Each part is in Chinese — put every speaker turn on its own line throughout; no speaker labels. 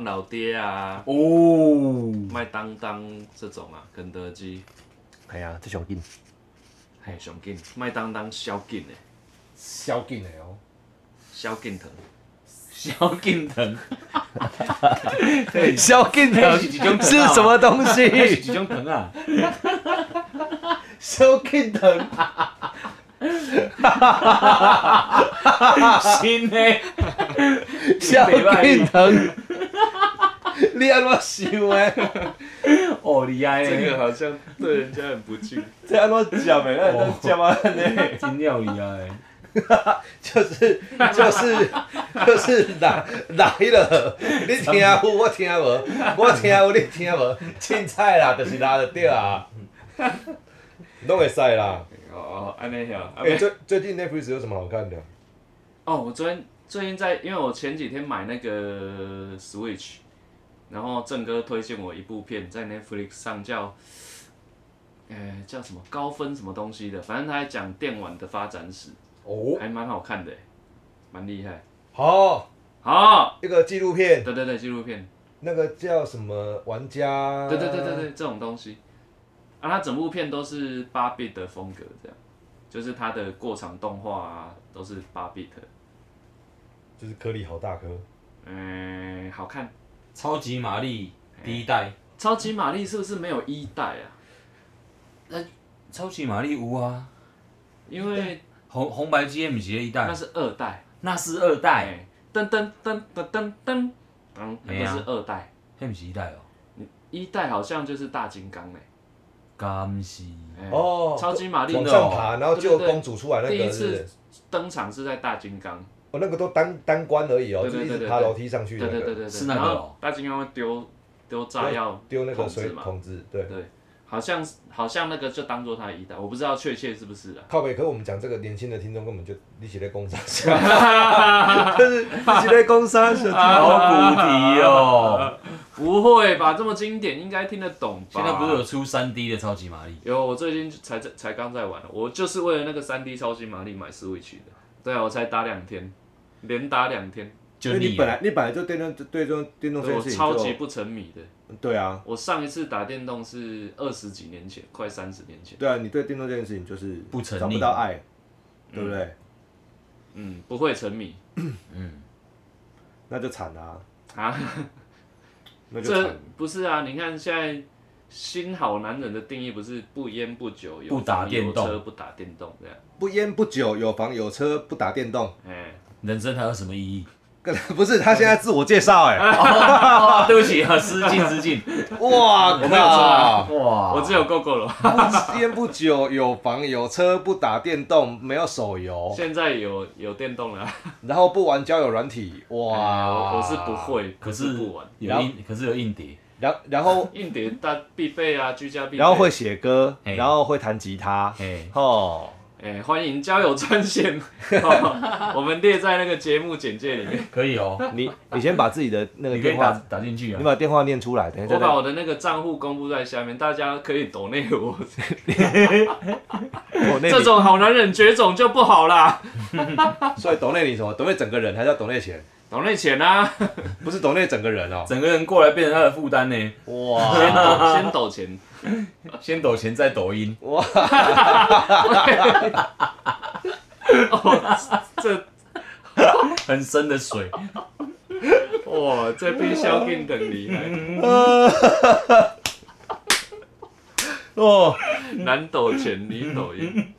老爹啊、
哦，
麦当当这种啊，肯德基，
系啊，即上紧，
嘿，上紧麦当当小紧的，
小紧的哦，
小紧疼，
萧敬腾，
小紧疼
是一种啊
是什么东
是
西？
几种疼啊？
小紧疼，
新的，
小紧疼， 你安怎想的？
哦厉害
这个
的，
好像对人家很不敬。
这安怎接的？咱
咱
接啊？
真了厉害的。
就是就是就是哪哪一个？你听有我听无，我听有你听无，凊彩啦，就是拉就对啊，拢会使啦。
哦哦，安尼哦，啊
哎、最最近 Netflix 有什么好看的？
哦，我昨天最近在，因为我前几天买那个 Switch，然后郑哥推荐我一部片，在 Netflix 上叫，呃，叫什么高分什么东西的，反正他在讲电玩的发展史，
哦，
还蛮好看的，蛮厉害。
好，
好，
一个纪录片，
对对对，纪录片，
那个叫什么玩家？
对对对对对，这种东西，啊，它整部片都是八 bit 的风格，这样，就是它的过场动画啊，都是八 bit，的
就是颗粒好大颗。
嗯，好看。
超级玛丽第一代，
超级玛丽是不是没有一代啊？
超级玛丽五啊，
因为
红红白机 M 级的一
那
代，
是二代，
那是二代
哎，噔噔噔噔噔噔，嗯，那个
哎呀
是二代，
，M 级一代哦，
一代好像就是大金刚嘞。
甘是
哎
哦
超级玛丽
往
的
上爬，然后
对
救
对对
公主出来那
第一
个是不
次
是？
登场是在大金刚，
哦，那个都单单关而已哦，
对
就
对对
是一直
对
爬
对
楼梯上去
对
那
对对
个，
对对，
是那
然
个哦
后大金刚会丢丢炸药，
丢那个
桶子
水
嘛
桶子，对。
对，好像好像那个就当做他一代，我不知道确切是不是啊。
靠北，可我们讲这个年轻的听众根本就一起在攻杀 小，就是一起在攻杀小。
好古迪哦，
不会吧？这么经典应该听得懂吧？
现在不是有出三 D 的超级玛丽？
有，我最近才在才刚在玩，啊我就是为了那个三 D 超级玛丽买 Switch 的。对啊，我才打两天，连打两天，
就啊
因为
腻
你本
了，
来你本来就对电动对这种电动这
对
件
我
事情
超级
就
不沉迷的。
对啊，
我上一次打电动是二十几年前，快三十年前。
对啊，你对电动这件事情就是
不沉溺
找不到爱，对不对？
嗯，不会沉迷
那就惨啊，
啊，
那就
这
惨。
不是啊？你看现在新好男人的定义不是不烟不酒，有
不打
房
电
有
动
车不打电动这样。
不烟不酒，有房有车，不打电动。
哎，
人生还有什么意义？
更不是他现在自我介绍哎、
哦对不起啊，失敬失敬。
哇
我没有车啊
靠！
哇，
我只有 GoGo 了。
不烟不酒，有房有车，不打电动，没有手 游，
现在有有电动了啊，
然后不玩交友软体，
哎
哇！
我我是不。会，
可
可是
是
不玩。
有硬，可是有硬碟，
然然后
硬碟大必备啊，居家必备。
然后会写歌，
嘿
然后会弹吉他，
嘿，
哦，
哎、欢迎交友专 线、哦我们列在那个节目简介里 面。
可以哦，
你你先把自己的那个
你可
电
以打
话，
打进去啊
你。把电话念出来，等一下
我把
再
我的那个账户公布在下面，大家可以抖内我。
抖内
这
你，
种好男人绝种就不好 啦，
所以抖内你什么？抖内整个人还是要抖内钱？
抖内钱啊，
不是抖内整个人哦。
整个人过来变成他的负担呢，
哇
先抖先抖钱。
先抖钱再抖音，
哦，这
很深的水。
哇，这比萧敬腾厉 害，
哦，
男抖钱女抖音，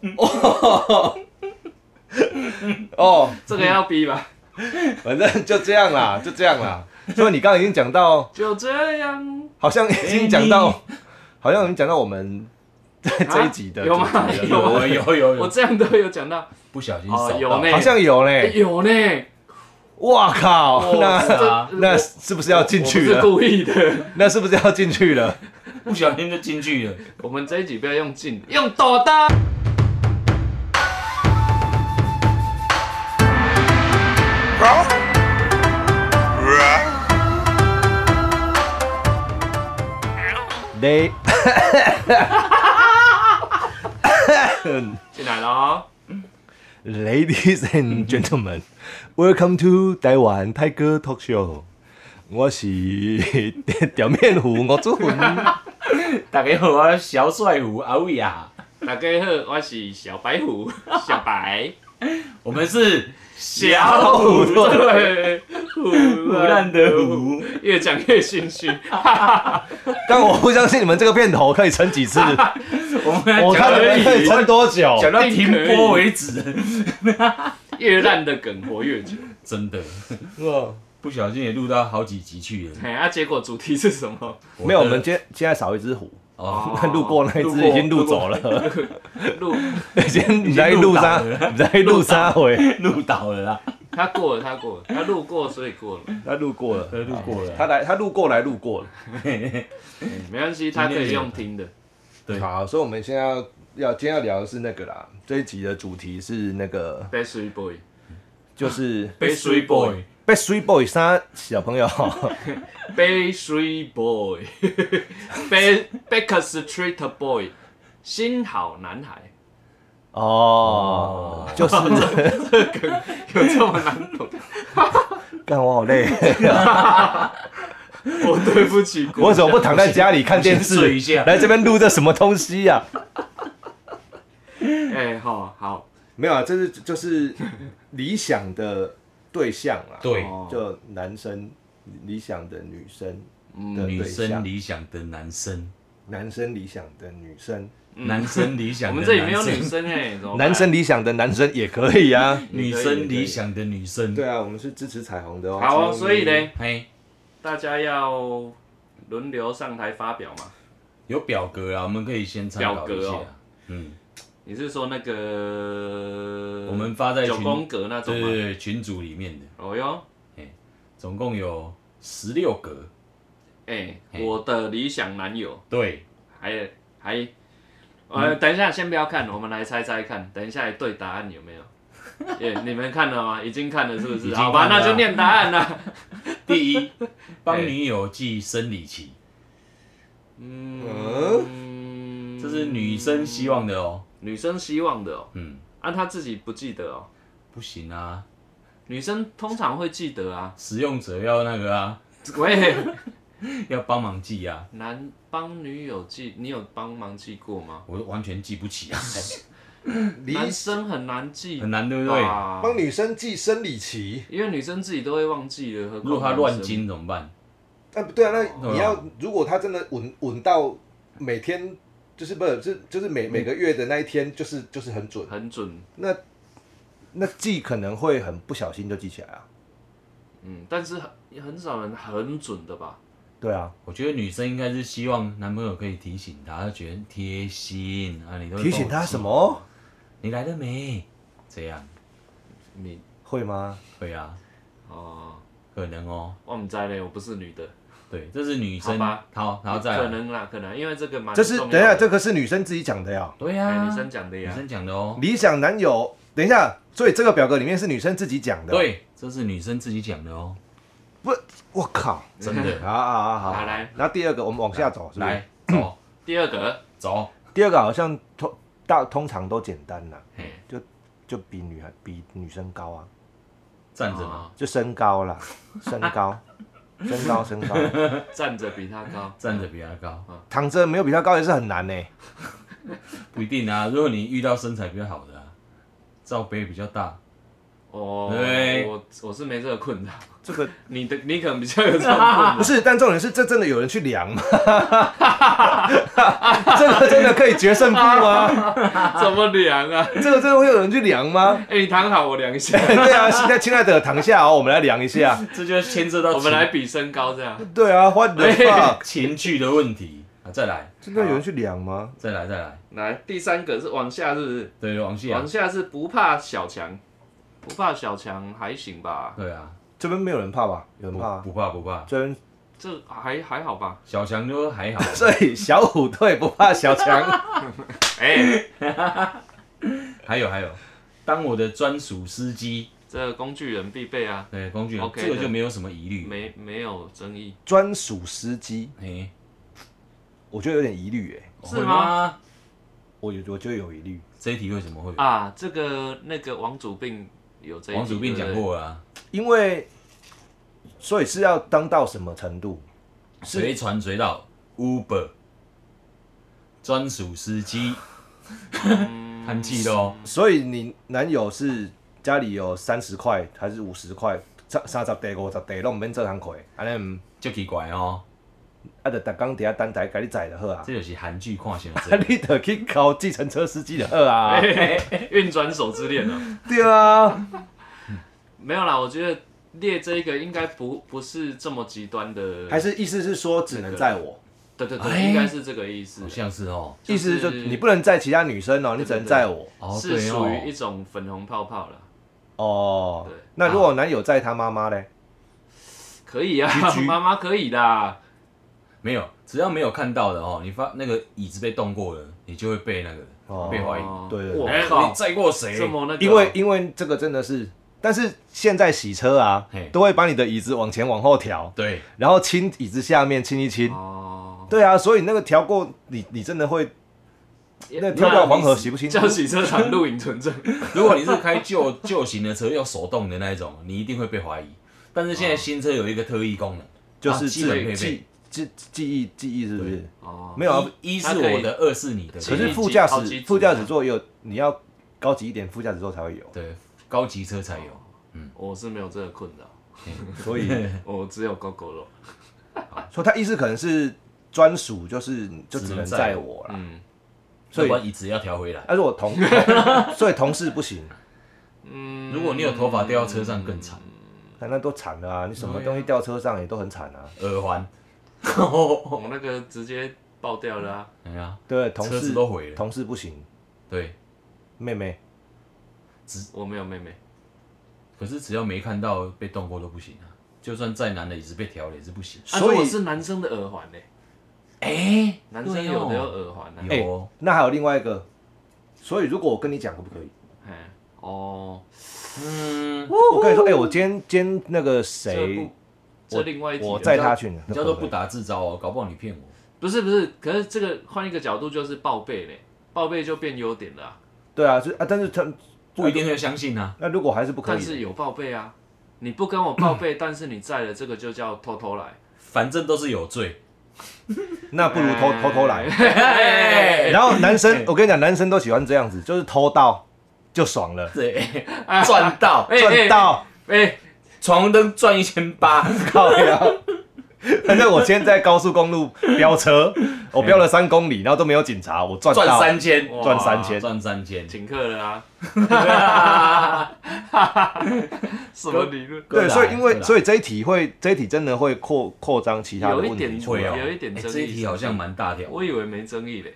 哦，
这个要逼吧？
反正就这 样啦，就这样啦。所以你刚刚已经讲到，
就这样。
好像已经讲
哎
到，好像已经讲到我们 在这一集的
啊有吗
主 题了
有啊
有有
我
有，
这样都有讲到，
不小心扫
哦有
到
呢。
好像有
哎
嘞。
有呢，
哇靠，
哇
哦那
是啊
这
那
我
是不是要进去
我
了？
不是故意的。
那是不是要进去了？
不小心就进去了。
我们这一集不要用劲，用抖的。
你
进来了哦。
Ladies and gentlemen, welcome to Taiwan Tiger Talk Show. 我是 表面糊吴祖 云，
大家好，我小帅虎阿伟啊，
大家好，我是小白虎，小白，
我们是
小虎啊对，虎
腐烂的，虎，
越讲越心虚。
但我不相信你们这个片头可以撑几次，
我们要
我
讲
看你们可以撑多久。
讲到停播为止，
越烂的梗活越久。
真的
嗯
不小心也录到好几集去了。
哎，啊，结果主题是什么？
没有，我
的
们今天现在少一只虎，
哦，
路过那一
路
只
过
已经路走了。
录
今天你在路杀，你在路杀回，
录倒了啦，
他过了，他过了，他路过，所以过了。
他路过了，
呃路过了
他来，他路过来，路过了。
没关系，他可以用听的。
对
好，所以我们现在要要今天要聊的是那个啦，这一集的主题是那个
b a s t r e e Boy，
就是
Backstreet Boy
b a c t r e e Boy 三小朋 友，
b a s t r e e Boy，Back Back Street Boy，新好男孩，
哦，就是
有这么难懂？
干我好累，
我对不起，
我怎么不躺在家里看电
我先睡
视
一下，
来这边录这什么东西呀？
哎，好好，
没有啊，这是就是理想的对象啦，
对
哦
就男生理想的女生，
嗯
女
对
生
象
理想的男生，
男生理想的女生，
男生理
嗯我
想
们
的男生，
这里没有女生哎，怎么办
男生理想的男生也可以啊。
女生理想的女生，
对，啊，我们是支持彩虹的哦。
好哦，
请
所以呢，
嘿，
大家要轮流上台发表嘛。
有表格啊，我们可以先参考一
表格
下。
哦
嗯，
你是说那个
我们发在
九
群
宫格那种
对
吗
对？对，群组里面的，
哦哟，
总共有十六格。
哎、
嘿
我的理想男友，
对，
还还，呃，
嗯
等一下，先不要看，我们来猜猜看，等一下对答案有没 有？耶、你们看了吗？已经看了是不
已经
是？
看
好吧，
了啊
那就念答案 啦。
第 一，
哎
帮女友记生理期，
嗯，
呃这是女生希望的哦。
女生希望的哦，
嗯，
啊，她自己不记得哦。
不行啊，
女生通常会记得啊，
使用者要那个啊，
喂，
要帮忙记啊，
男帮女友记，你有帮忙记过吗？
我完全记 不起啊，
理
男生很难记，
很难对不对？
吧
嗯帮女生记生理期，
因为女生自己都会忘记了，何
如果
况
他
男生
乱经怎么办？
啊，不对啊，那
哦
你要如果他真的稳稳到每天就是不是就是就是每每个月的那一天就是就是很准，
很准，
那那记可能会很不小心就记起来啊。
嗯，但是很很少人很准的吧？
对啊，
我觉得女生应该是希望男朋友可以提醒她，她觉得贴心啊，你都会
提醒
帮
他
我记
什？么
你来了没？这样
你
会吗？
会啊，
哦，
可能哦。
我们在嘞，我不是女的，
对，这是女
好
生。
吧
好，然后再来
可能啦，可能，因为这个蛮
这是
重要
等
的
一下，这个是女生自己讲的呀。
对
哎
呀，
女生讲的
女
呀，
生讲的哦。
理想男友，等一下，所以这个表格里面是女生自己讲的。，
对，这是女生自己讲的哦，
我靠，
真的。
好好好好，
好来
那第二个我们往下 走，是不是？
来，走
第二个，
走，
第二个好像通大通常都简单啦，
嘿，
就比女孩比女生高啊，
站着
啊
嘛，
就身高 啦，身高，身高身高，
哦站着比他高，
站着比她高，
躺着没有比他高也是很难呢、
不一定啊。如果你遇到身材比较好的啊，罩杯比较大，
哦，
对
我我是没这个困扰，
这个
你的你可能比较有这种困
不
扰，
是，但重点是这真的有人去量吗？ 这个真的可以决胜负吗？
怎么量啊？
这个真的会有人去量吗？，
哎，你躺好，我量一下
对啊，现在亲爱的，躺下哦，我们来量一下。
这就牵涉到
我们 来比身高这样，
对啊，What the
哎
fuck？
情趣的问题啊。再来，
真的有人去量吗？
再来，再来，
来第三个是往下，是不是？
对，王希啊
往，下是不怕小强，不怕小强还行吧，
对啊，
这边没有人怕吧？有人
不
怕啊？
不怕不怕，
这边，
这还还好吧？
小强就还 好，
所以小虎队不怕小 强。
哎、
还有还有，当我的专属司机，
这工具人必备啊，
对，工具人
OK，
这个
对
就没有什么疑虑，
没没有争议，
专属司机，
哎，
我觉得有点疑虑哎，
是
会
吗？
我有我就有疑虑，
这一题为什么会？
啊，这个那个王祖病有这一
王祖
病
斌讲，过了啊，
因为所以是要当到什么程度？
随传随到 Uber 专属司机，
嗯
很记的哦。
所以你男友是家里有三十块还是五十块，三三十块、五十块拢毋免做工课，安尼毋
就奇怪哦，
啊，着逐工伫遐等台，家你载就好啊。
这就是韩剧看上
啊
这，，
你着去考计程车司机就好啊。
哎
运转手之恋啊。
对啊，
没有啦，我觉得列这一个应该不不是这么极端的，
还是意思是说只能载我，
对对
哎
对，应该是这个意思
好，像是哦。
就
意
是
思就你不能载其他女生哦，你只能载我
哦，
是
对
属于一
哦，
种粉红泡泡啦。
哦
对。
那
啊
如果男友载他妈妈嘞？
可以啊，妈妈可以啦。
没有，只要没有看到的哦，你发那个椅子被动过了，你就会被那个
哦
被怀疑。
哦
对对对
我
哎，
靠
你，载过谁？
这么那个，
因为因为这个真的是，但是现在洗车啊
嘿，
都会把你的椅子往前往后调，
对，
然后亲椅子下面亲一亲。
哦，
对啊，所以那个调过你，你真的会那跳到黄河洗不清楚
叫。洗车场录影存证，
如果你是开旧 旧型的车，要手动的那一种，你一定会被怀疑。但是
啊
现在新车有一个特异功能，
就是
啊基本
记
配备
记记记忆记忆是不是？
哦，
没有啊，
一一是我的，二是你的。
可
它
是
以
副驾
记好
驶
记住
副驾驶座也有你要高级一点，副驾驶座才会有。
对高级车才有。
我是没有这个困扰，
所以
我只有 GoGo 肉。
说啊他意思可能是专属，就是就
只
只能
能
载
载
我啦。
嗯
所
所
以
以椅子要调回来。
但是我同，所以同事不行，
嗯，
如果你有头发掉到车上更惨，
那那都惨了啊！你什么东西掉车上也都很惨啊。
耳环。
我那个直接爆掉了啊，
哎呀，
对，同
车
事
子都毁了。
同事不行，
对，
妹妹
我没有妹啊妹，
可是只要没看到被动过都不行啊，就算再难的椅子被调了也是不行。
啊
所以
如果是男生的耳环呢？
哎，
男生有的有耳环啊，
哎
有哦，
那还有另外一个，所以如果我跟你讲可不可以？
哎，哦，
嗯，
我跟你说，哎，我今天今天那个
这
谁
不，这哎另外一题
我
了
载他去呢，
你叫做不打自招哦，搞不好你骗我。
不是不是，可是这个换一个角度就是报备嘞，报备就变优点了啊、
对啊，就啊，但是他
不一定会相信啊，
那如果还是不可
但
以呢，
是有报备啊，你不跟我报 备，但是你在了，这个就叫偷偷来，
反正都是有 罪。
那不如偷偷偷来。
哎
然后男生，我跟你讲，男生都喜欢这样子，就是偷到就爽了，
对， 赚到
哎
赚到。
哎，
闯红灯赚一千八，
靠呀！反正我今天在高速公路飙车，我飙了三公里，然后都没有警察，我 赚
赚
到
三千，
哇
赚三 千，
赚三千。
请客了啊！什么理论？
对，
对啦
所以因为
啊对啦
所以这一题会这一题真的会扩扩张其他的
有一
问题
点
出
会
来
哦，
有一点
哎
争议
这一题好像蛮大条。
我以为没争议嘞，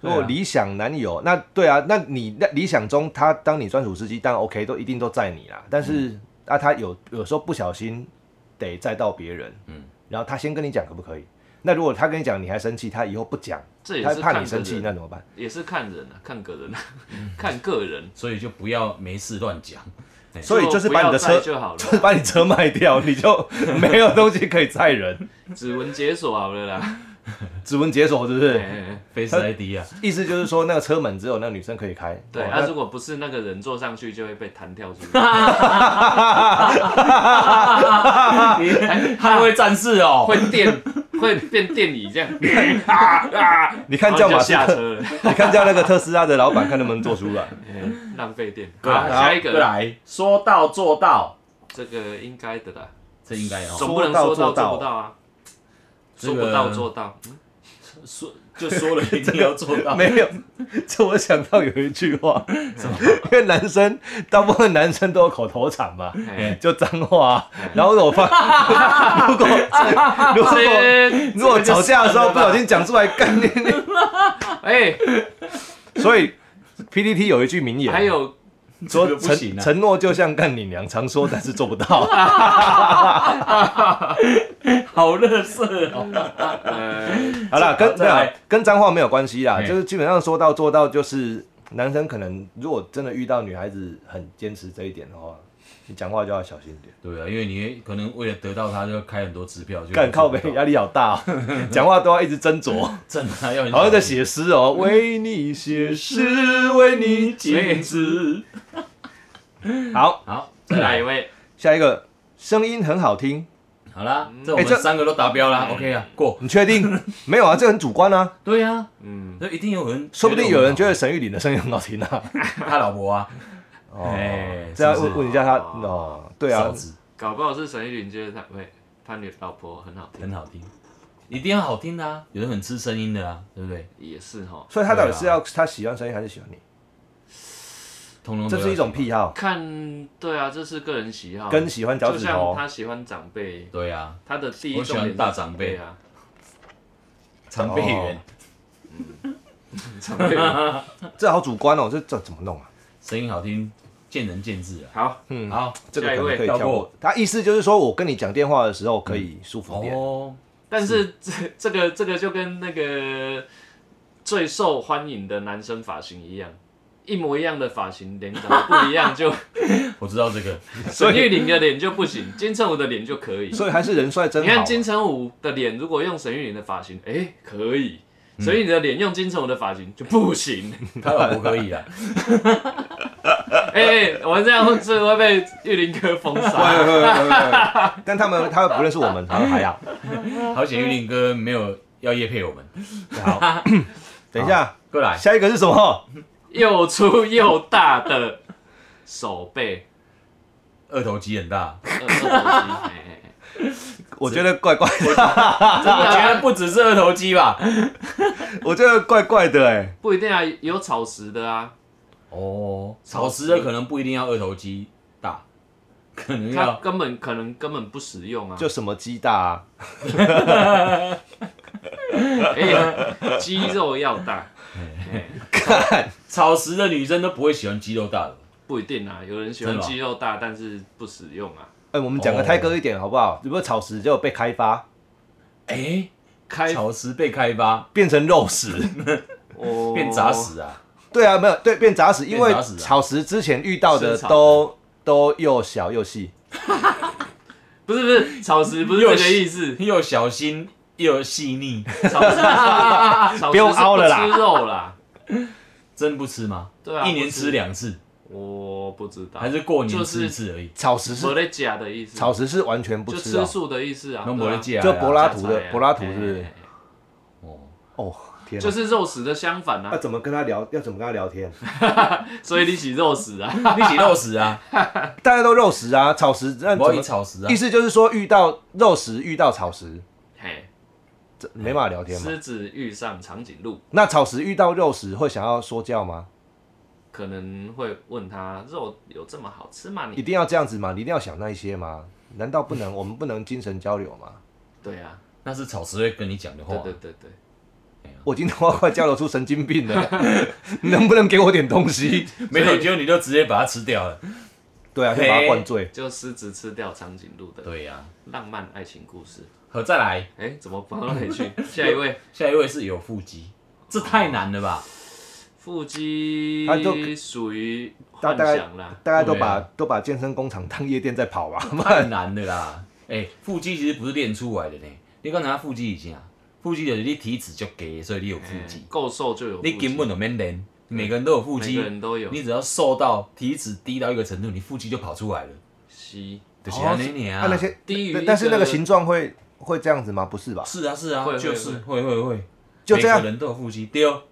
如
啊
果理想男友，那对啊，那你那理想中他当你专属司机，当然 OK，都一定都载你啦。但是啊，他有有时候不小心得载到别人，嗯
嗯，
然后他先跟你讲可不可以？那如果他跟你讲你还生气，他以后不讲，
这也
他
是
怕
看
你生气，
个
嗯
人，
那怎么办？
也是看人啊，看个人啊， 看个人。
所以就不要没事乱 讲。
所以就是
不要
把你的
载
车
就好了
就是把你车卖掉，你就 没有东西可以载人。
啊，指纹解锁好了啦。
指纹解锁是不是？
哎
Face ID 啊，
意思就是说，那个车门只有那个女生可以开。
对，
哦
啊，如果不是那个人坐上去，就会被弹跳出去。
捍卫战士哦，
会电，会变电椅这样，
那你看叫
然
马
后就
斯
下
克，
车了，
你看叫那个特斯拉的老板，看能不能做出 来。
嗯浪费电。
过
好，
来
下一
过
个，
来，说到做到，
这个应该的啦，
这应该哦，
总不能说到
说到做到
做不到啊，
这
说
个
不到做到，
说就说了一定要做 到，
没有，这我想到有一句话，因为男生大部分男生都有口头禅嘛，
哎
就脏话啊。
嗯
然后 我发，如果如果
这
如果吵架的时候不小心讲出来，干你。
哎，
所以 PPT 有一句名言，
还有
这
说
个不
承
行啊
承诺就像干你娘，常说但是做不到。
好乐色哦，
呃，
好啦，跟
再来
跟脏话没有关系啦，
嘿
就是基本上说到做到，就是男生可能如果真的遇到女孩子很坚持这一点的话，你讲话就要小心一点。
对啊，因为你可能为了得到他，就要开很多支票，就
干靠背压力好大、哦，讲话都要一直 斟酌，哦
真的啊要很
好像在写诗哦，为你写诗，为你
禁
写诗。
止。
好，
好，再
再来
来
一位，
下一个声音很好听，
嗯
好啦，这我
哎这
们三个都达标啦，OK 啊，过。
你确定？没有啊，这很主观啊，
对呀，
嗯，
那一定有人，
说不定有人觉
得
得沈玉琳的声音很好听啊。
我 他老婆啊，
哦
哎，
这要
是不是
问问一下他
哦
哦，对啊
嫂，子
搞不好是沈玉琳觉得他喂他女老婆很好听，
很好听，一定要好听的啊，有人很吃声音的啊，对不对？
也是哈，
所以他到底
对啊
是要他喜欢声音还是喜欢你？
通通都
这
要
是一种癖好，
看对啊，这是个人喜好，
跟喜欢脚
就
趾
像
头。
他喜欢长辈，
对啊，
他的第一
我喜
重
欢
点是
大长辈
啊，
常备员
哦
长辈啊
这好主观哦，这这怎么弄啊？
声音好听，见仁见智啊。
好，
嗯，
好，
这个
下一
可能
位
可以
跳
跳
过
过。他意思就是说我跟你讲电话的时候可以舒服点。
哦，
但是这这个这个就跟那个最受欢迎的男生发型一样。一模一样的发型，脸长得不一样， 就
我知道这个，
沈玉琳的脸就不行，金城武的脸就可以。
所以还是人帅真
你
好啊。
看金城武的脸，如果用沈玉琳的发型，哎、可以；
嗯
沈玉琳的脸用金城武的发型就不行。
他老婆可以 啊，
哎、我们这样是会被玉林哥封杀。
会会会会 会但他们他们不认识我们，好像还好。
好险玉林哥没有要叶配我们，
好，等一下，
过来，
下一个是什么？
又粗又大的手 背，
二头肌很大，
二头肌
啊
哎哎
我觉得怪怪，
哎真
我觉
的
得
啊
不只是二头肌吧？
我觉得怪怪的哎。
不一定啊，有草食的啊，
哦，草食的可能不一定要二头肌大，可能
他
要
根本可能根本不实用啊。
就什么鸡大啊，
哎呀，肌肉要大，哎
看
草食的女生都不会喜欢肌肉大的。
不一定啊。有人喜
真
欢
的吗
肌肉大，但是不实用啊。
哎，我们讲个泰哥一点好不好？如果草食就被开发
哎，
开
草食被开发
变成肉食，
哦
变杂，食啊，
对啊，没有对变杂食，因为
变杂食啊
草食之前遇到的
吃草
都都又小又细，
不是不是草食，不是这个意 思。
又小心又细腻，
草食是
不用凹了啦
草食是不吃肉啦。
真不吃吗？
对啊
一年
不吃
吃两次，
我不知道，
还是过年
就
吃
是
一次而已。
草食
我
是
在假的意思，
草食是完全不
就
吃哦
吃。素的意思啊，
那
对
我
啊
的戒
就柏拉图
榨菜
的
啊
柏拉图是不是
哎哎哎
哦，
哦，天啊，
就是肉食的相反
要
啊，
怎么跟他聊，要怎么跟他聊天？
所以你喜肉食啊，
一起肉食 啊，
大家都肉食啊，草食那怎
我要以
么？
草食啊
意，思就是说，遇到肉食遇到草食，
嘿，
这
嗯
没办法聊天啊嘛。
狮子遇上长颈鹿，
那草食遇到肉食会想要说教吗？
可能会问他肉有这么好吃吗？
一
你
定要这样子吗？你一定要想那一些吗？难道不能？我们不能精神交流吗？
对啊，
那是草食会跟你讲的话
对。对对对，
我今天话快交流出神经病了， 你能不能给我点东西？
没有，就你就直接把它吃掉了。
对啊，就把他 灌醉。
就狮子吃掉长颈鹿的
对呀，
浪漫爱情故事。
好，再来，
哎，怎么跑到哪里 去？下一位
下一位是有腹肌，这太难了吧？
腹肌
他就
属于
大
幻
大概
想啦，
大家都
对
把
啊
都把健身工厂当夜店在跑啊！
哦
太难了啦！哎、腹肌其实不是练出来的呢。你刚才腹肌已经啊，腹肌就是你体脂就给，所以你有腹肌
哎。够瘦就有腹肌，
你根本就免练，每个人都有腹
每
肌
个，人都有
你只要瘦到体脂低到一个程度，你腹肌就跑出来了。
吸。
就是安尼尔
啊，那些
低于一个
但是那个形状会会这样子吗？不是吧？
是啊是啊，
会会
就是会会会，
就这
每
样
个人都有腹肌，对哦，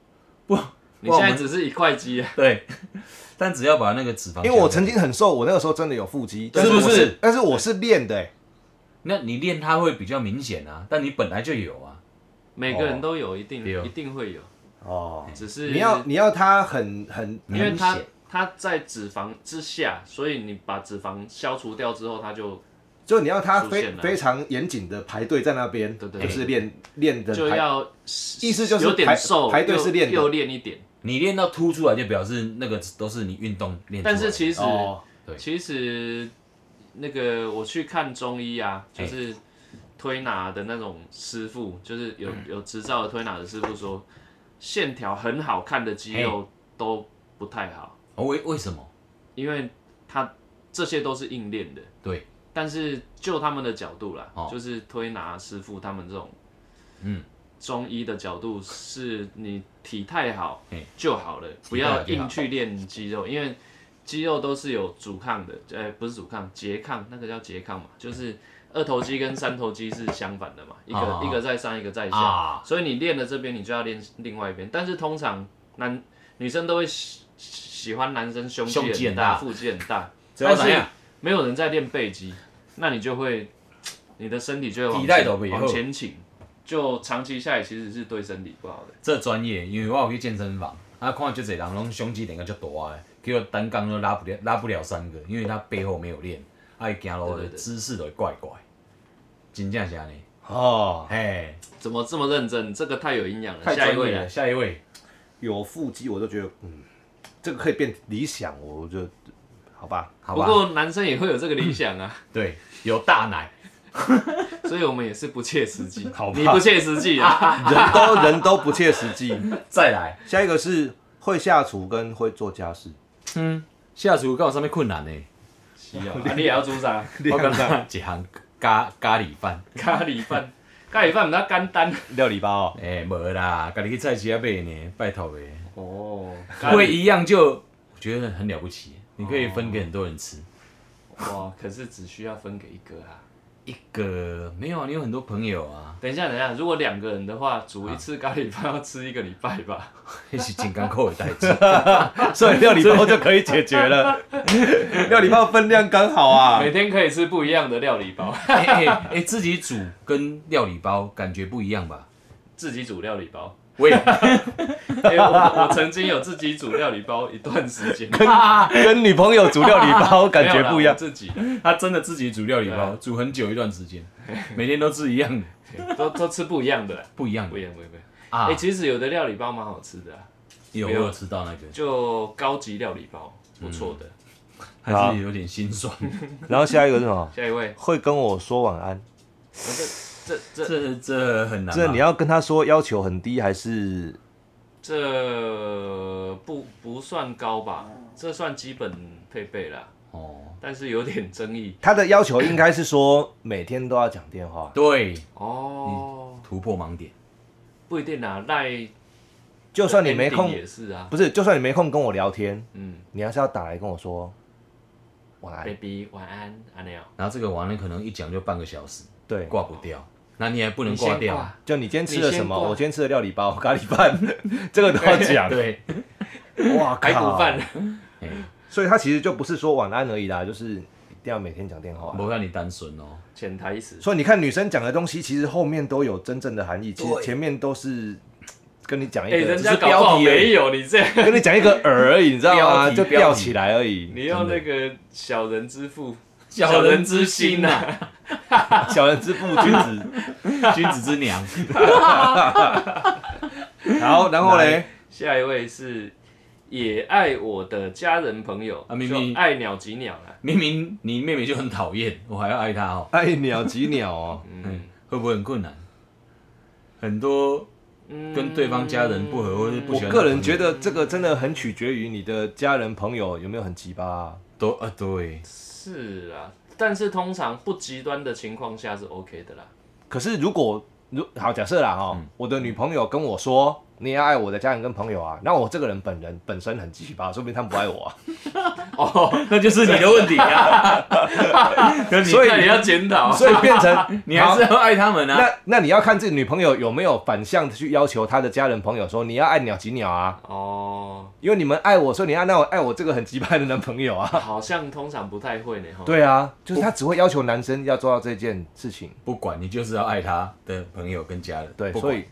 不
你现在只是一块肌啊，
对， 但只要把那个脂肪降
因
下来，
为我曾经很瘦，我那个时候真的有腹肌，但
是
我
不是
但是我是练的、欸，
那你练它会比较明显啊，但你本来就有啊，
每个人都有，一定
对哦
一定会有，
哦，
只是
你要你要它很很
因为它
明显
它在脂肪之下，所以你把脂肪消除掉之后，它就
就你要它
出
非
现了
非常严谨的排队在那边，
对对
就
对
是练练的
就
排，
要
意思就是
有
排
点瘦，
排队
又
是练的
又练一点，
你练到凸出来就表示那个都是你运动练出来
但
的。
是其实
哦，
对
其实那个我去看中医啊，就
哎
是推拿的那种师傅，就是有
嗯
有执照的推拿的师傅说，线条很好看的肌
哎
肉都不太好。
哦为为什么？
因为他这些都是硬练的，
对。
但是就他们的角度啦，
哦
就是推拿师傅他们这种，
嗯，
中医的角度是你体态好
嘿
就好了，不
态好
要
就好
硬去练肌肉，因为肌肉都是有阻抗的，呃，不是阻抗，拮抗，那个叫拮抗嘛，就是二头肌跟三头肌是相反的嘛，一个、
啊
一个在上，一个在下，
啊，
所以你练了这边，你就要练另外一边。但是通常男女生都会喜喜欢男生胸
胸肌
肌很
很大
大，腹肌很大，
只要
但
怎
是
样，
啊没有人在练背肌，那你就会你的身体就会往
体态
前
都不好
往前倾，就长期下来其实是对身体不好的。
这专业，因为我有去健身房，啊，看就这人拢胸肌练个足大的，结果单杠都拉不了，拉不了三个，因为他背后没有练，啊，伊行路
对
的
对对
姿势都会怪怪，真正是安尼，
哦，
嘿，
怎么这么认真？这个太有营养了。
太
下一
专业
位来
了，，下一位，
有腹肌我都觉得，嗯，这个可以变理想，我我觉得，好吧，
好
不
吧，
过男生也会有这个理想啊，
对，有大奶，
所以我们也是不切实 际。
好吧
你不切实际 啊？
人都人都不切实际。
再来，
下一个是会下厨跟会做家事，
嗯，下厨有啥物困难呢？
是啊，啊你也要煮 啥？
我感觉一项咖咖喱饭，
咖喱饭，咖喱饭比较简单。
料理包哦，
诶、无啦，家己去菜市啊买呢，拜托诶，
哦，
会一样就，我觉得很了不起，你可以分给很多人吃。
哇，可是只需要分给一个啊。
一个没有啊，你有很多朋友啊，
等一下，等一下，如果两个人的话，煮一次咖喱饭要吃一个礼拜吧？
那是金刚扣的代志。
所以料理包就可以解决了。 料理包分量刚好 啊
每，天可以吃不一样的料理包，
哎哎哎，自己煮跟料理包感觉不一样吧？
自己煮料理包。
喂，
哎我我曾经有自己煮料理包一段时 间，
跟女朋友煮料理包感觉不
没
一样
有啦我。自己
他真的自己煮料理包，
对
煮很久一段时间，每天都吃一样的，
的都都吃不一样的啦，
不一样
不
的
一样，不一样。不一样
啊
哎，。其实有的料理包蛮好吃的啊，
有我有吃到那个，
就高级料理包，不错的。
嗯
还是有点心酸。
然后下一个是什么？
下一位，
会跟我说晚 安。
我这这这
这这很难吧。啊
这你要跟他说要求很低还是
这不不算高吧？这算基本配备啦，
哦，
但是有点争议
他的要求应该是说每天都要讲电话，
对，
哦。
突破盲点。
不一定啊，赖
就算你没
ending
空，
也是啊。
不是，就算你没空跟我聊天，
嗯
你还是要打来跟我说晚安。
，baby 晚安，安内哦。
然后这个完了，可能一讲就半个小时，
对，
挂不掉。那你还不能
你
挂
先
掉，
挂
就你今天吃了什
你先
么？
挂
我今天吃的料理包、咖喱饭， 这个都要 讲。
对，
哇
排骨
靠！
饭，
哎，
所以他其实就不是说晚安而已啦，就是一定要每天讲电话。
不让你单纯哦。
潜台词。
所以你看，女生讲的东西其实后面都有真正的含义，其实前面都是跟你讲一
哎、
个，
人
只
家
是
搞不好
标题而已
没有你这样，
跟你讲一个饵而已，你知道
标
吗？
题
就
标
吊
题
起来而已。
你用那个小人之腹，
小人之心
啊
呐、
啊
小人 之父，君子。
君子之娘。
好，然后嘞，
下一位是也爱我的家人朋友，
啊明明
就爱鸟及鸟啊啦。
明明你妹妹就很讨厌，我还要爱她哦，
爱哎鸟及鸟哦，
嗯，
会不会很困难？很多跟对方家人不和或是不
我
喜欢的朋友，
个人觉得这个真的很取决于你的家人朋友有没有很奇葩啊。
都啊对，
是啊，但是通常不极端的情况下是 OK 的啦。
可是如果如好假设啦哈、哦
嗯，
我的女朋友跟我说你也要爱我的家人跟朋友啊，那我这个人本人本身很奇葩，说不定他们不爱我啊。
哦，
那就是你的问题啊。
所以
那你要检 讨啊，
所以变成
你还是
好
要爱他们啊。
那那你要看这个女朋友有没有反向地去要求她的家人朋友说你要爱鸟及鸟啊，
哦，
因为你们爱我，所以你要那我爱我这个很奇葩的男朋友啊。
好像通常不太会呢哈。，
对啊，就是他只会要求男生要做到这件事情，
不管你就是要爱他的朋友跟家人，
对，
不
所
管
以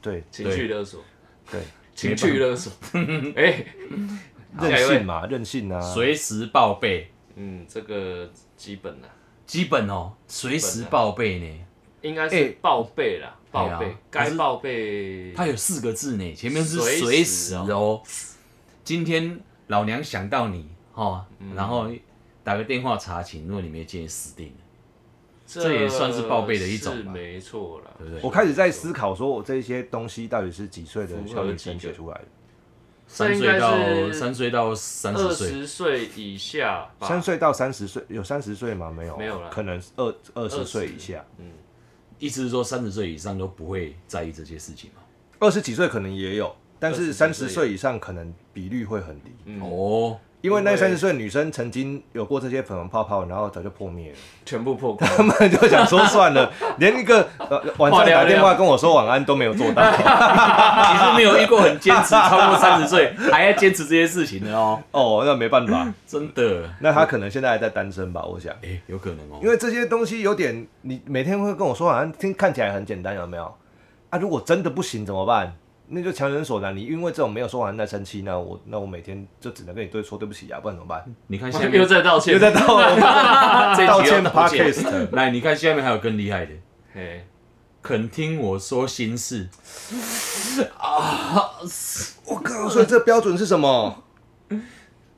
对
情绪勒索，
对，
情绪勒索。哎、
任性嘛，任性啊，
随时报备，
嗯，这个基本啊啦，
基本哦，随时报备呢。
应该是
哎
报备啦，报
哎
备
呀，可
该
是
报备。
它有四个字呢，前面是
随时
随时哦。今天老娘想到你哦，然后打个电话查寝，如果你没接，死定了。这也算是报备的一种吧
是没错啦。
对不对
我开始在思考，说我这些东西到底是几岁的小女生写出来的？
这
三
应
岁
该
到
是
三岁到三
二
十岁，
十岁以下吧，
三岁到三十岁，有三十岁吗？没有，啊
没有啦
可能二二十岁以下，
嗯，
意思是说三十岁以上都不会在意这些事情嘛？
二十几岁可能也有，但是
20
三
几岁
十岁以上可能比率会很低。
嗯
哦，
因为那三十岁的女生曾经有过这些粉红泡泡，然后早就破灭了。
全部破 光，
他们就想说算了，连一个、呃、晚上打电话跟我说晚安都没有做到。
其实没有遇过很坚持超过三十 岁还要坚持这些事情的哦，
哦，那没办法，
真的，
那他可能现在还在单身吧，我想。
哎、有可能哦，
因为这些东西有点，你每天会跟我说晚安，听看起来很简单，有没有？啊，如果真的不行怎么办？那就强人所难。你因为这种没有说晚安在生气，那我那我每天就只能跟你对说对不起啊，不然怎么办？
你看下面
又在道歉，
又在道
这一集要
道歉
道歉
podcast，
来，你看下面还有更厉害的，
嘿，
肯听我说心事，
我靠，所以这标准是什么？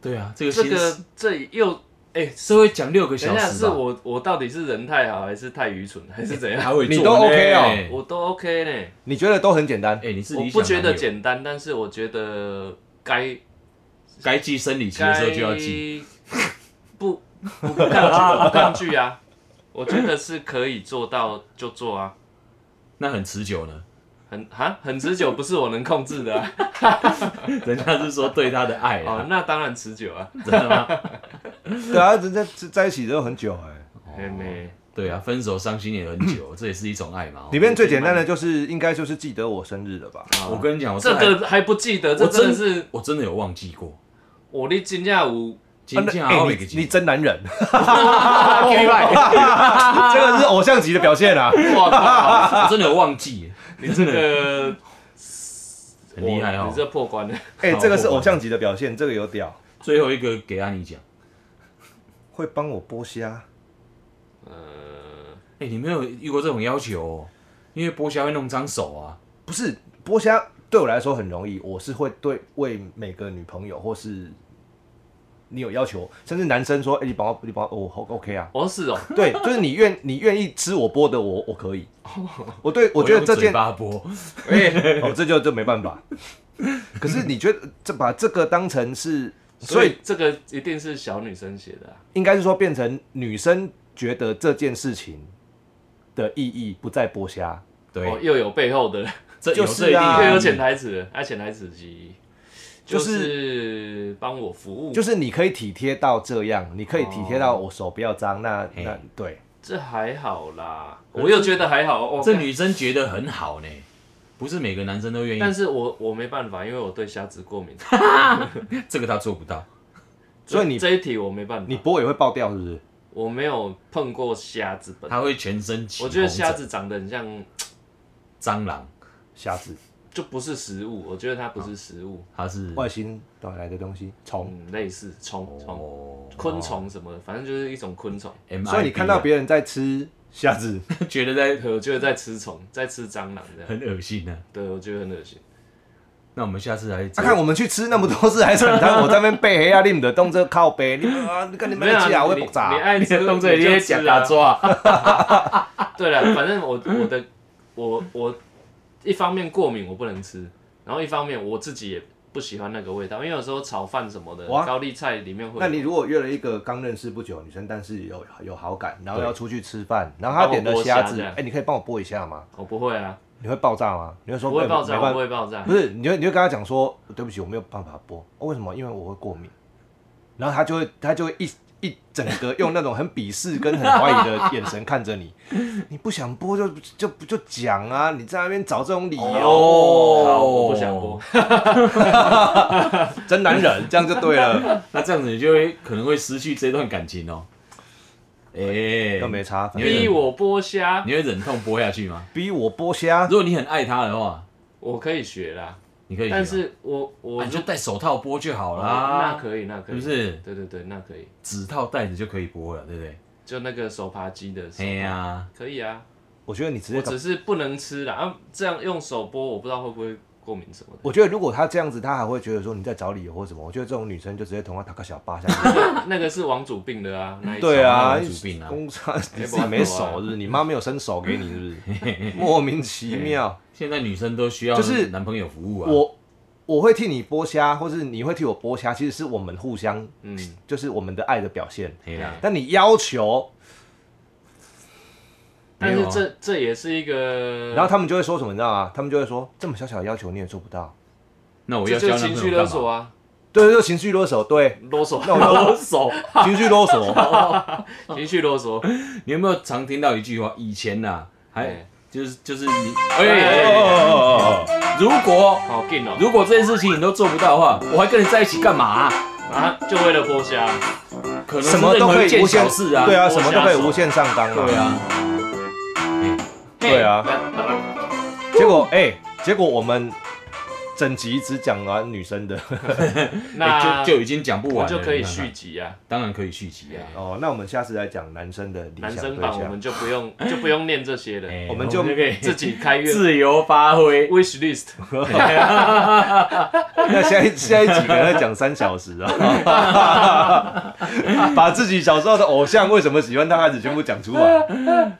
对啊，这个
这
心
个
事
这又哎，
是会讲六个
等
小
一下
时
是
吧？
我我到底是人太好还是太愚蠢还是怎样？
还会
你
做
都
呢
OK 哦
哎
我都 OK 呢，
你觉得都很简单？
哎，你是
我
理想
不觉
男
得
友，
简单，但是我觉得该
该记生理期的时候
该
就要记。
不 不不抗拒，不抗拒啊！我觉得是可以做到就做啊，
那很持久呢？
很啊很持久，不是我能控制的啊。
人家是说对他的爱
哦，
啊，
那当然持久啊。
真的吗？
对啊，人家在一起都很久哎、
哎没，
对啊，分手伤心也很久，这也是一种爱 嘛。哦
里面最简单的就是应该就是记得我生日了吧？
我跟你讲，我
这
哦还
个还不记得，这
我
真
真
的是
我真的有忘记过，
我的惊讶五
今
啊
天
那哎
好
你
几个
你真男人，
啊
K 外，
这个是偶像级的表现 啊！
我靠，
我真的有忘 记，
你这个
很厉害
我
哦
你。这破关了。
哎、这个是偶像级的表现，这个有屌，
最后一个给安妮讲，
会帮我剥虾。
呃，
哎，你没有遇过这种要求哦，因为剥虾会弄脏手啊。
不是剥虾对我来说很容易，我是会对为每个女朋友或是你有要求，甚至男生说：“哎、你帮我，你帮我，我、好 OK 啊。
哦是哦，”
对，就是你愿你愿意吃我剥的我，我可以。我对我觉得这
用嘴
件
巴剥，
哦，这就这没办法。可是你觉得这把这个当成是，所
所
以
以这个一定是小女生写的啊。
应该是说变成女生觉得这件事情的意义不在剥虾，
哦，
对，
又有背后的，
这
就
有
是
这一定
啊
又有
有
潜台词了，啊，潜台词是就
就
是是帮我服务，
就是你可以体贴到这样，你可以体贴到
哦
我手不要脏。那
嘿
那对。
这还好啦，我又觉得还好哦。
这女生觉得很好呢，不是每个男生都愿
但
意，
是我我没办法，因为我对虾子过敏，
这个她做不到。
所以你
这一题我没办
你
法，
剥也会爆掉，是不是？
我没有碰过虾子本身。
她会全身起
我
红
觉得
疹，
虾子长得很像，
蟑螂，
虾子
就不是食物，我觉得它不
啊
是食物，
它是
外星带来的东西，虫。
嗯，类似虫虫
哦
昆虫什么的，反正就是一种昆
哦
虫。
MIB
所以你看
啊
到别人在吃虾子，
啊 觉得在
我觉得在吃虫，在吃蟑螂这样，
很恶心呢、啊
对我觉得很恶心。
那我们下次来
他、啊看我们去吃那么多次海产摊，我在那边背黑啊，你们的动这靠背，你们啊，你看你们的气啊，我会爆
你
炸。
爱
你
吃
的动作
你
一定
就
会
吃
假
啊
打。抓，
对了，反正我我的我我一方面过敏，我不能吃，然后一方面我自己也不喜欢那个味道，因为有时候炒饭什么的，
哇
高丽菜里面会。
那你如果约了一个刚认识不久的女生，但是有有好感，然后
对
要出去吃饭，然后
帮
她
我
点了
剥虾
虾子，
这样
哎、你可以帮我剥一下吗？
我不会啊，
你会爆炸吗？你会说
不会
哎
爆炸，
没
我
办
不会爆炸
不。是，你就你就跟他讲说，对不起，我没有办法播、哦为什么？因为我会过敏。然后他就会他就会一一整个用那种很鄙视跟很怀疑的眼神看 着你，你不想播就就不就讲啊，你在那边找这种理由，
哦
好，我不想播。
真男人，这样就 对了，
那这样子你就会可能会失去这段感情哦。哎、
都没差。反
你
正
会
逼我剥虾，
你会忍痛播下去吗？
逼我剥虾，
如果你很爱他的话，
我可以学啦，
你可以学吗，
但是我我
啊你就戴手套播就好
好
啦，
那可以，那可
是
以，
不？是？
对对对，那可以，
指套戴着就可以播了，对不对？
就那个手扒鸡的手
哎
扒，
呀、
可以啊。
我觉得你直接
我
搞
只是不能吃啦，啊，这样用手剥，我不知道会不会过敏什么的。
我觉得如果他这样子，他还会觉得说你在找理由或什么。我觉得这种女生就直接同他打个小巴下去。
那个是王主病的啊，那一
对
小
啊，
猫有主病啊
公差你自己没手是不是？你妈没有伸手给你是不是？莫名其妙。
现在女生都需要
就是
男朋友服务啊。
我我会替你剥虾，或是你会替我剥虾，其实是我们互相，
嗯，
就是我们的爱的表现。
哎呀、
但你要求，
但
没
是
有啊
这这也是一个，
然后他们就会说什么，你知道吗？他们就会说这么小小的要求你也做不到，
那我
这
要
就
交
情
男
绪
朋
勒
友干嘛？
索啊，
对对对，情绪勒索，对，
啰嗦，
那我
啰嗦。
情绪勒索，
情绪啰嗦。
你有没有常听到一句话？以前呐、还
哎，
就是就是你，
哎
哎，如果
好劲哦！
如果这件事情你都做不到的话，我还跟你在一起干嘛啊、
啊，就为了剥虾，
可能是
什么都
任
可
何一
以
件
无限
小事啊，
对啊，
多
什么都可以
下手
无限上纲
对啊，
啊。对啊
嘿
结果哎，结果我们整集只讲完女生的
那
哎就就已经讲不
我
完了，
就可以
你看看
续，集啊。
当然可以续集啊。
哦，那我们下次来讲男生的理
男
想
生
对
版我
象。
们就不用就不用念这些 了，
哎
我们就
可以
自己开月
自由发挥，
wish list。
那下一下一集可能要讲三小时啊， 把自己小时候的偶像为什么喜欢他开始全部讲出来。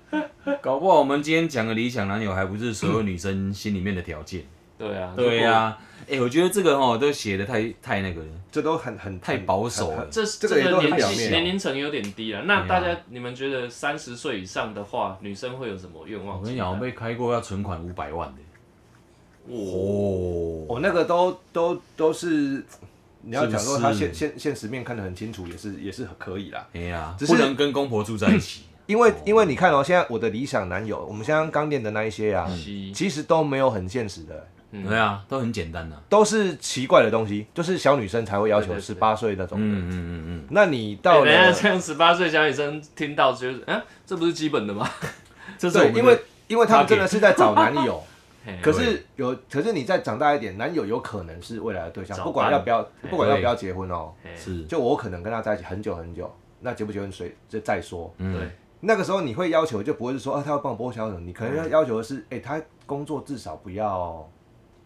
搞不好我们今天讲的理想男友，还不是所有女生心里面的条件。
对啊，
对呀、，啊，哎、我觉得这个哦都写的太太那个了，
这都很很
太保守了。
这这
这个也
个
都很
年
表
纪
面哎
年龄层有点低了。那
对啊
大家你们觉得三十岁以上的话，女生会有什么愿望？
我跟你讲，我被开过要存款五百万的。
我
哦，
我那个都都都是，你要讲说他
是不是
现现现实面看得很清楚，也是也是很可以啦。
哎呀、
只是
不能跟公婆住在一起。
因为因为你看哦，现在我的理想男友，我们现在刚练的那一些啊，
西
其实都没有很现实的，
嗯
对啊，都很简单的、啊。
都是奇怪的东西，就是小女生才会要
对
求
对
十
对
八岁那种。
嗯嗯嗯嗯。
那你
哎
到
等一
了
下，这样十八岁小女生听到就是，嗯，这不是基本的吗？
这是我
对，
们的
因为因为他们真的是在找男友
嘿，
可是有，可是你再长大一点，男友有可能是未来的对象，
找
不管
伴哎
要不要，不管要不要结婚哦，
嘿
是
就我可能跟他在一起很久很久，那结不结婚随就再说。
嗯
对，
那个时候你会要求就不会是说啊，他要帮我剥削什么，你可能
嗯
要要求的是，哎，他工作至少不要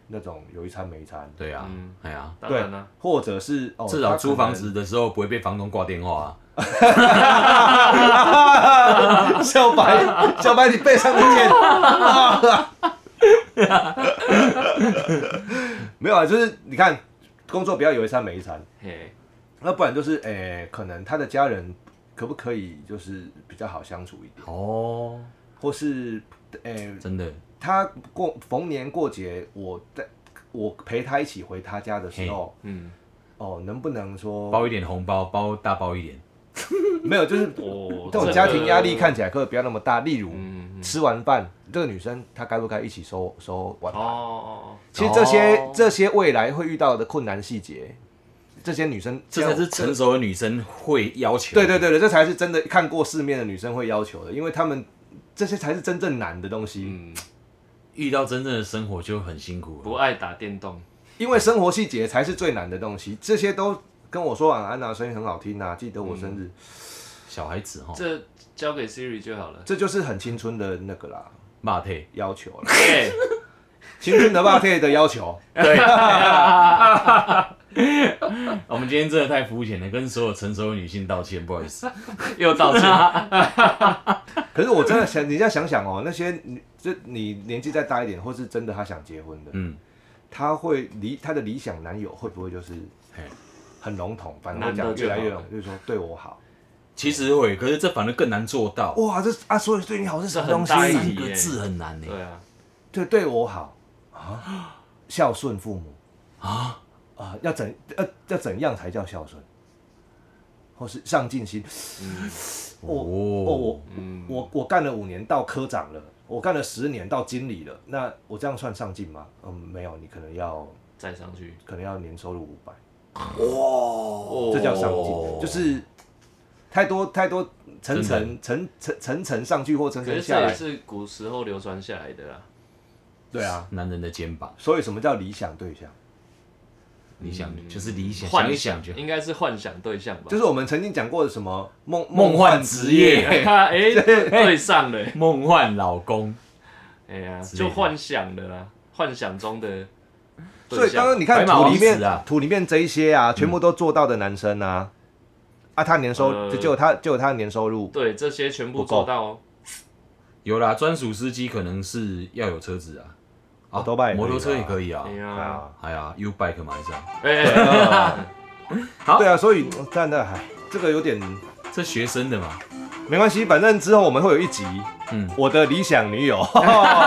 那种有一餐没一餐，
对啊
嗯，
哎呀，
当然啦，
或者是哦，
至
他
少
可
租房
能
子的时候不会被房东挂电话啊。
小白，小白，你背上一件。 没有啊，就是你看，工作不要有一餐没一餐，
嘿，
那不然就是诶、可能他的家人可不可以就是比较好相处一点，
哦，
或是哎诶、
真的，
他过逢年过节，我在我陪他一起回他家的时候，
嗯，
哦，能不能说
包一点红包，包大包一点。
没有？就是
我
这种家庭压力看起来可以不要那么大。例如，
嗯，嗯
吃完饭，这个女生她该不该一起收收碗
哦
盘？
哦，哦
其实这些、
哦
这些未来会遇到的困难细节，这些女生
这才是成熟的女生会要求。
对对对对，这才是真的看过世面的女生会要求的，因为她们这些才是真正难的东西。
嗯，
遇到真正的生活就很辛苦
不
了。
爱打电动，
因为生活细节才是最难的东西。这些都跟我说晚安啊，声音很好听啊，记得我生日，
嗯
小孩子哈，
这交给 Siri 就好了。
这就是很青春的那个啦
骂退。
要求了，
对，
青春的 b 贴的要求。
我们今天真的太肤浅了，跟所有成熟的女性道歉，不好意思。
又道歉。
可是我真的想，你再想想哦，那些女这你年纪再大一点，或是真的她想结婚的，
嗯，
她会理她的理想男友会不会就是
嘿
很笼统，反
男
正
的
讲
就
越来越
好
笼，就是说对我好。
其实会，可是这反而更难做到。哎
哇，这啊，所以对你好是什么
这很
东西
大？一
三
题
个字很难欸呢。
对啊，
哎对，对我好啊，孝顺父母啊啊，要怎要要怎样才叫孝顺？或是上进心？我我
哦，
我
嗯，
我我干了五年到科长了，我干了十年到经理了，那我这样算上进吗？嗯，没有，你可能要
再上去，
可能要年收入五百，
哦
这叫上进，就是太多太多层层层层层层上去或层
可
层
是
下
这也
来，
是古时候流传下来的啊啦。
对啊，
男人的肩膀，
所以什么叫理想对象？
理想就是理想，
幻
想一想就
应该是幻想对象吧？
就是我们曾经讲过的什么梦
梦幻职 业，
哎，对上了，
梦幻老公。
哎呀，
之类的
就幻想的啦，幻想中的
所
对
以刚刚
象。
你看
白马
土里
王子啊嗯
面土里面这一些啊，全部都做到的男生啊，啊，他年收
呃
就就有他就有他的年收入，
对，这些全部
不够
做到哦。
有啦，专属司机可能是要有车子啊，
摩托 bike
摩托车
可以
也
吧
可
哎，
以啊
呀，
啊，
哎呀，U bike 嘛还是啊，
哎哎，哎
好
对啊，所以嗯但那还这个有点
这学生的嘛，
没关系，反正之后我们会有一集，
嗯
嗯，我的理想女友，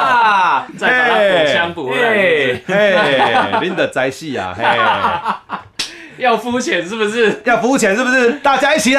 再把 它补枪补回来是不是。
嘿，林的宅系啊，嘿，
要肤浅是不是？
要肤浅是不是？大家一起来。